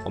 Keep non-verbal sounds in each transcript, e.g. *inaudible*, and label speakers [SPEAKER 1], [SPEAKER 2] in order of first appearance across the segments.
[SPEAKER 1] 我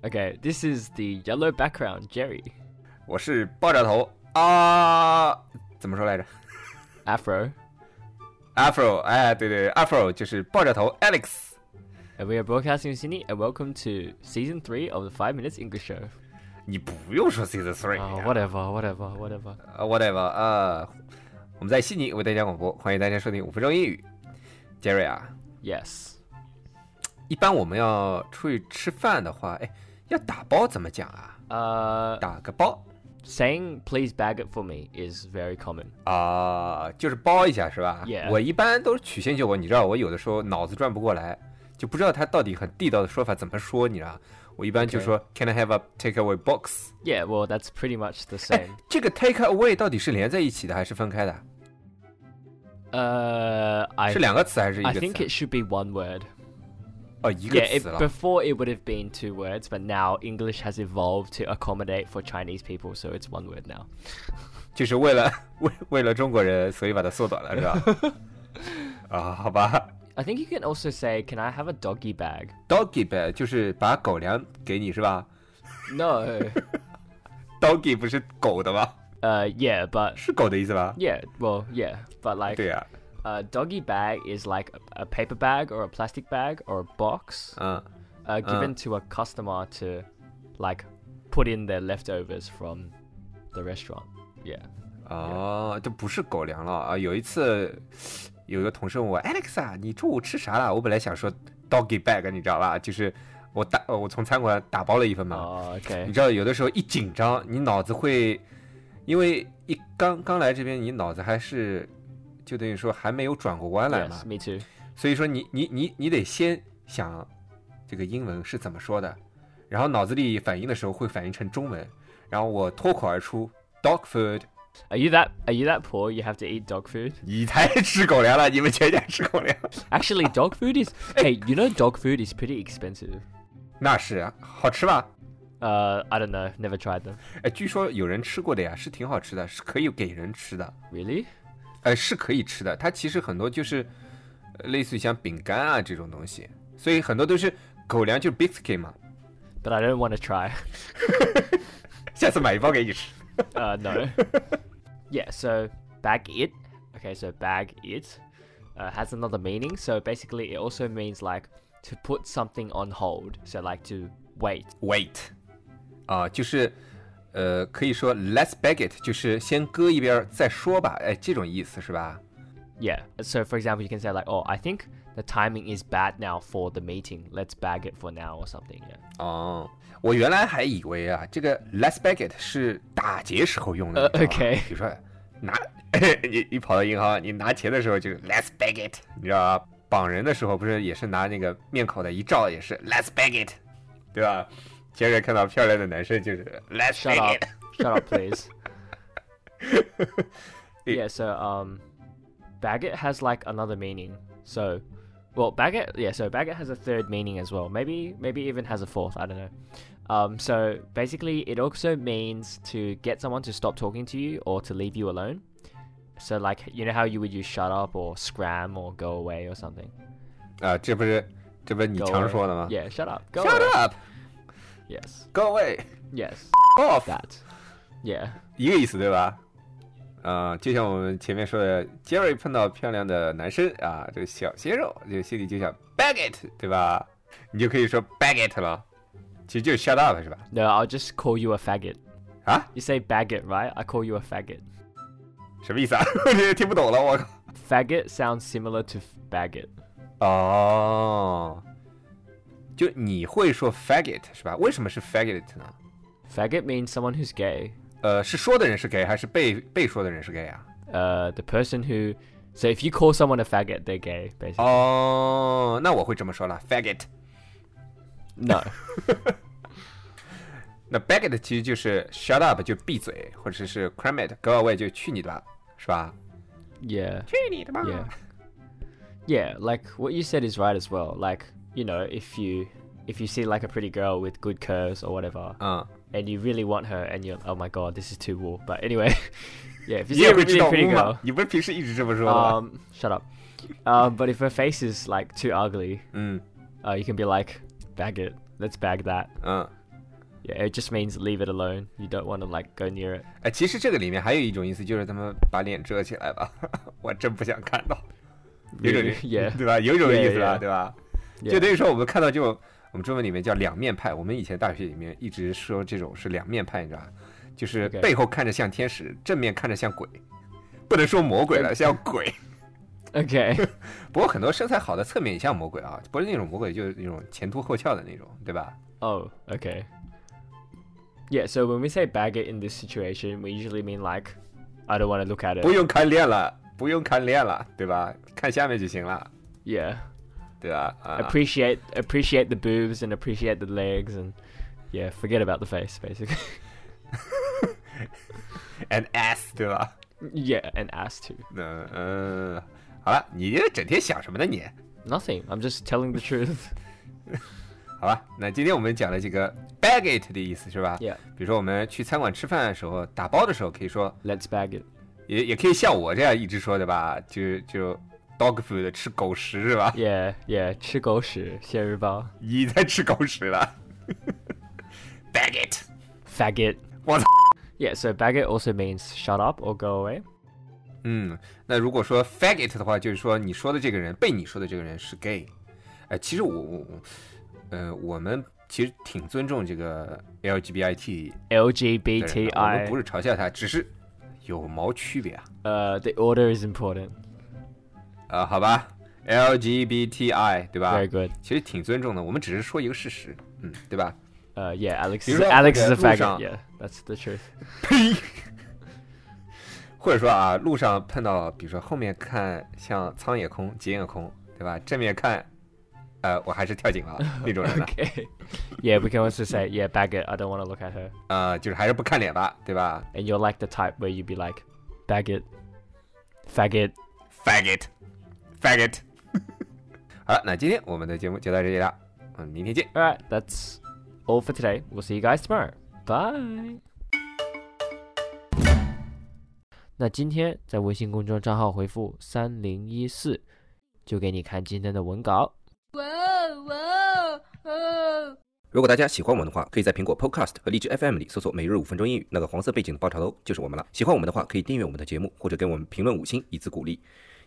[SPEAKER 2] Okay, this is the yellow background, Jerry.
[SPEAKER 3] 我是爆炸头啊，怎么说来着
[SPEAKER 2] Afro,
[SPEAKER 3] ？Afro，哎，对对，Afro 就是爆炸头 Alex。
[SPEAKER 2] and we are broadcasting in Sydney. And welcome to season three of the Five Minutes English Show.
[SPEAKER 3] 你不用说 season three，
[SPEAKER 2] Oh, whatever, whatever, whatever.
[SPEAKER 3] 啊，whatever 啊，我们在悉尼为大家广播，欢迎大家收听五分钟英语。杰瑞啊，
[SPEAKER 2] Yes.
[SPEAKER 3] 一般我们要出去吃饭的话，哎，要打包怎么讲啊？
[SPEAKER 2] Uh,
[SPEAKER 3] 打个包
[SPEAKER 2] saying "please bag it for me" is very common.
[SPEAKER 3] 啊，就是包一下是吧
[SPEAKER 2] Yeah
[SPEAKER 3] 我一般都是曲线救国，你知道，我有的时候脑子转不过来，就不知道他到底很地道的说法怎么说，你知道？我一般就说 Can I have a takeaway box？
[SPEAKER 2] Yeah, well, that's pretty much the
[SPEAKER 3] 哎
[SPEAKER 2] *laughs* same.，
[SPEAKER 3] 这个 takeaway 到底是连在一起的还是分开的？
[SPEAKER 2] Uh,
[SPEAKER 3] 是
[SPEAKER 2] I
[SPEAKER 3] 两个词还是一
[SPEAKER 2] I
[SPEAKER 3] 个
[SPEAKER 2] think
[SPEAKER 3] 词
[SPEAKER 2] it？should be one word.
[SPEAKER 3] 哦，一个
[SPEAKER 2] Yeah, it,
[SPEAKER 3] 词了。
[SPEAKER 2] before it would have been two words, but now English has evolved to accommodate for Chinese people, so it's one word now.
[SPEAKER 3] 就是为了 *laughs* 为为了中国人，所以把它缩短了，是吧？啊，好吧
[SPEAKER 2] I think you can also say, "Can I have a doggy bag?"
[SPEAKER 3] ，doggy bag 就是把狗粮给你是吧
[SPEAKER 2] No.
[SPEAKER 3] ？doggy 不是狗的吗？
[SPEAKER 2] *laughs* uh, yeah, but
[SPEAKER 3] 是狗的意思吧？
[SPEAKER 2] yeah, well, yeah, but like
[SPEAKER 3] 对呀、
[SPEAKER 2] a doggy bag is like a, a paper bag or a plastic bag or a box
[SPEAKER 3] 嗯，
[SPEAKER 2] uh, given to a customer to, like, put in their leftovers from the restaurant. Yeah.
[SPEAKER 3] 哦，这不是狗粮了啊！有一次，有一个同事问我，Alex 啊，你中午吃啥了？我本来想说 doggy bag，你知道吧？就是我打呃我从餐馆打包了一份嘛。
[SPEAKER 2] Oh,
[SPEAKER 3] 你
[SPEAKER 2] *laughs* okay.
[SPEAKER 3] 知道，有的时候一紧张，你脑子会，因为一刚刚来这边，你脑子还是就等于说还没有转过弯来嘛。
[SPEAKER 2] Yes, me too.
[SPEAKER 3] 所以说你你你你得先想这个英文是怎么说的，然后脑子里反应的时候会反应成中文，然后我脱口而出 dog food。
[SPEAKER 2] Are you that? Are you that poor? You have to eat dog food.
[SPEAKER 3] 你才 *laughs* 吃狗粮了，你们全家吃狗粮。 *laughs*
[SPEAKER 2] Actually, dog food is. hey, you know, dog food is pretty expensive.
[SPEAKER 3] 那是啊，好吃吧？
[SPEAKER 2] Uh, I don't know. Never tried them.
[SPEAKER 3] 哎，据说有人吃过的呀，是挺好吃的，是可以给人吃的，
[SPEAKER 2] Really?
[SPEAKER 3] 呃，是可以吃的。它其实很多就是呃类似于像饼干啊这种东西，所以很多都是狗粮，就是 biscuit 嘛。
[SPEAKER 2] But I don't want to try. *laughs*
[SPEAKER 3] 下次买一包给你吃。
[SPEAKER 2] Uh, no. yeah. So bag it. Okay. So bag it uh, has another meaning. So basically, it also means like to put something on hold. So like to wait.
[SPEAKER 3] Wait，啊、就是呃，可以说 let's bag it，就是先搁一边儿再说吧，哎，这种意思是吧？
[SPEAKER 2] Yeah. So for example, you can say like, oh, I think the timing is bad now for the meeting. Let's bag it for now or something. Yeah.
[SPEAKER 3] 哦，我原来还以为啊，这个 let's bag it 是打劫时候用的。
[SPEAKER 2] 呃
[SPEAKER 3] 你知道吧
[SPEAKER 2] OK
[SPEAKER 3] 比如说拿 *laughs* 你你跑到银行，你拿钱的时候就是 let's bag it，你知道吧？绑人的时候不是也是拿那个面口袋一照也是 let's bag it，对吧？接着看到漂亮的男生就是 let's
[SPEAKER 2] Shut
[SPEAKER 3] bag
[SPEAKER 2] up.
[SPEAKER 3] it。
[SPEAKER 2] Shut up,
[SPEAKER 3] *laughs*
[SPEAKER 2] please. yeah, so um Baggett has like another meaning. So well Baggett yeah, so Baggett has a third meaning as well. Maybe maybe even has a fourth, I don't know. Um so basically it also means to get someone to stop talking to you or to leave you alone. So like you know how you would use shut up or scram or go away or something.
[SPEAKER 3] 啊、这不是这不是你
[SPEAKER 2] Go
[SPEAKER 3] 常
[SPEAKER 2] away.
[SPEAKER 3] 说的吗
[SPEAKER 2] Yeah, shut up. Go
[SPEAKER 3] ？Shut
[SPEAKER 2] away.
[SPEAKER 3] up,
[SPEAKER 2] Yes.
[SPEAKER 3] go away,
[SPEAKER 2] Yes.
[SPEAKER 3] go off。
[SPEAKER 2] That. Yeah.
[SPEAKER 3] 一个意思对吧？啊、就像我们前面说的，Jerry 碰到漂亮的男生啊，这个小鲜肉，就心里就想 bag it，对吧？你就可以说 bag it 了，其实就是 shut up 是吧？
[SPEAKER 2] No, I'll just call you a faggot.
[SPEAKER 3] 啊，
[SPEAKER 2] You say baggot, right? I call you a faggot.
[SPEAKER 3] 什么意思啊？我这听不懂了，我靠！
[SPEAKER 2] Faggot sounds similar to f- baggot.
[SPEAKER 3] 哦，就你会说 faggot 是吧？为什么是 faggot 呢？
[SPEAKER 2] Faggot means someone who's gay.
[SPEAKER 3] 呃，是说的人是 gay 还是被被说的人是 gay 啊？
[SPEAKER 2] Uh, the person who. So if you call someone a faggot, they're gay, basically.
[SPEAKER 3] 哦，那我会这么说了，faggot。
[SPEAKER 2] No.
[SPEAKER 3] 那 faggot 其实就是 shut up 就闭嘴，或者是 cram it 格 away 就去你的吧，是吧？
[SPEAKER 2] Yeah.
[SPEAKER 3] 去你的吧
[SPEAKER 2] Yeah. Yeah, like what you said is right as well. Like, you know, if you if you see like a pretty girl with good curves or whatever,
[SPEAKER 3] 嗯，
[SPEAKER 2] and you really want her and you're oh my god, this is too woo. But anyway, *laughs* yeah, if you
[SPEAKER 3] 你
[SPEAKER 2] see
[SPEAKER 3] 也
[SPEAKER 2] a
[SPEAKER 3] 会知
[SPEAKER 2] really
[SPEAKER 3] 道
[SPEAKER 2] pretty
[SPEAKER 3] 污
[SPEAKER 2] girl,
[SPEAKER 3] 吗？你不是平时一直这么说的吗？
[SPEAKER 2] um shut up. Um, but if her face is like too ugly,
[SPEAKER 3] 嗯
[SPEAKER 2] uh, you can be like, bag it. Let's bag that.
[SPEAKER 3] 嗯，
[SPEAKER 2] Yeah, it just means leave it alone. You don't want to like go near *laughs* it.
[SPEAKER 3] 哎，其实这个里面还有一种意思，就是他们把脸遮起来吧， *laughs* 我真不想看到，有一种
[SPEAKER 2] Really? *laughs* Yeah.
[SPEAKER 3] 对吧？有一种意思
[SPEAKER 2] Yeah,
[SPEAKER 3] 吧，
[SPEAKER 2] yeah.
[SPEAKER 3] 对吧？
[SPEAKER 2] Yeah.
[SPEAKER 3] 就等于说我们看到就我们中文里面叫两面派，我们以前大学里面一直说这种是两面派，你知道吧？就是
[SPEAKER 2] OK
[SPEAKER 3] 背后看着像天使，正面看着像鬼，不能说魔鬼了，像鬼。
[SPEAKER 2] Okay. *laughs*
[SPEAKER 3] 不过很多身材好的侧面也像魔鬼啊，不是那种魔鬼，就是那种前凸后翘的那种，对吧？
[SPEAKER 2] oh, okay. Yeah, so when we say bag it in this situation, we usually mean like, I don't want to look at it.
[SPEAKER 3] 不用看脸了，不用看脸了，对吧？看下面就行了，
[SPEAKER 2] Yeah.
[SPEAKER 3] 对吧？
[SPEAKER 2] Ah.
[SPEAKER 3] 啊，
[SPEAKER 2] Appreciate appreciate the boobs and appreciate the legs and yeah, forget about the face basically. *laughs*
[SPEAKER 3] an ass，对吧？
[SPEAKER 2] yeah, and ass too.
[SPEAKER 3] 那嗯、呃好了，你整天想什么呢你？
[SPEAKER 2] Nothing. I'm just telling the truth.
[SPEAKER 3] 好吧，那今天我们讲了几个 bag it 的意思是吧
[SPEAKER 2] *laughs* Yeah.
[SPEAKER 3] 比如说我们去餐馆吃饭的时候，打包的时候可以说，
[SPEAKER 2] Let's bag it.
[SPEAKER 3] 也也可以像我这样一直说对吧？就就 dog food 吃狗食是吧？
[SPEAKER 2] Yeah, yeah. 吃狗屎，蟹日包
[SPEAKER 3] 你在吃狗食了 *laughs* ，bag it，
[SPEAKER 2] faggot.
[SPEAKER 3] 我操。
[SPEAKER 2] *laughs* Yeah, so bag it also means shut up or go away.
[SPEAKER 3] 嗯，那如果说 faggot 的话，就是说你说的这个人被你说的这个人是 gay。哎、其实我我我，呃，我们其实挺尊重这个 LGBT 的人的，我们不
[SPEAKER 2] LGBTI.
[SPEAKER 3] 是嘲笑他，只是有毛区别啊
[SPEAKER 2] Uh, the order is important.
[SPEAKER 3] 啊、好吧，LGBTI 对吧
[SPEAKER 2] Very？good.
[SPEAKER 3] 其实挺尊重的，我们只是说一个事实，嗯，对吧？
[SPEAKER 2] Uh, yeah, Alex.
[SPEAKER 3] You
[SPEAKER 2] Is,
[SPEAKER 3] read
[SPEAKER 2] Alex
[SPEAKER 3] the
[SPEAKER 2] is a
[SPEAKER 3] rules
[SPEAKER 2] faggot.
[SPEAKER 3] out.
[SPEAKER 2] Yeah, that's the truth.
[SPEAKER 3] 呸！或者说啊，路上碰到，比如说后面看像苍野空、吉野空，对吧？正面看，呃，我还是跳井了那种人呢。
[SPEAKER 2] *laughs* Okay. yeah, we can also say yeah, bag it. I don't want to look at her.
[SPEAKER 3] 呃，就是还是不看脸吧，对吧
[SPEAKER 2] And you're like the type where you'd be like, bag it, faggot.
[SPEAKER 3] ？Faggot，faggot。好了，那今天我们的节目就到这里了，我们明天见。
[SPEAKER 2] All right, that's all for today. We'll see you guys tomorrow. Bye. 那今天在微信公众账号回复三零一四，就给你看今天的文稿。
[SPEAKER 4] Whoa, whoa, oh. whoa.
[SPEAKER 1] 如果大家喜欢我们的话，可以在苹果 Podcast 和荔枝 FM 里搜索“每日五分钟英语”，那个黄色背景的爆炒头就是我们了。喜欢我们的话，可以订阅我们的节目，或者给我们评论五星以资鼓励。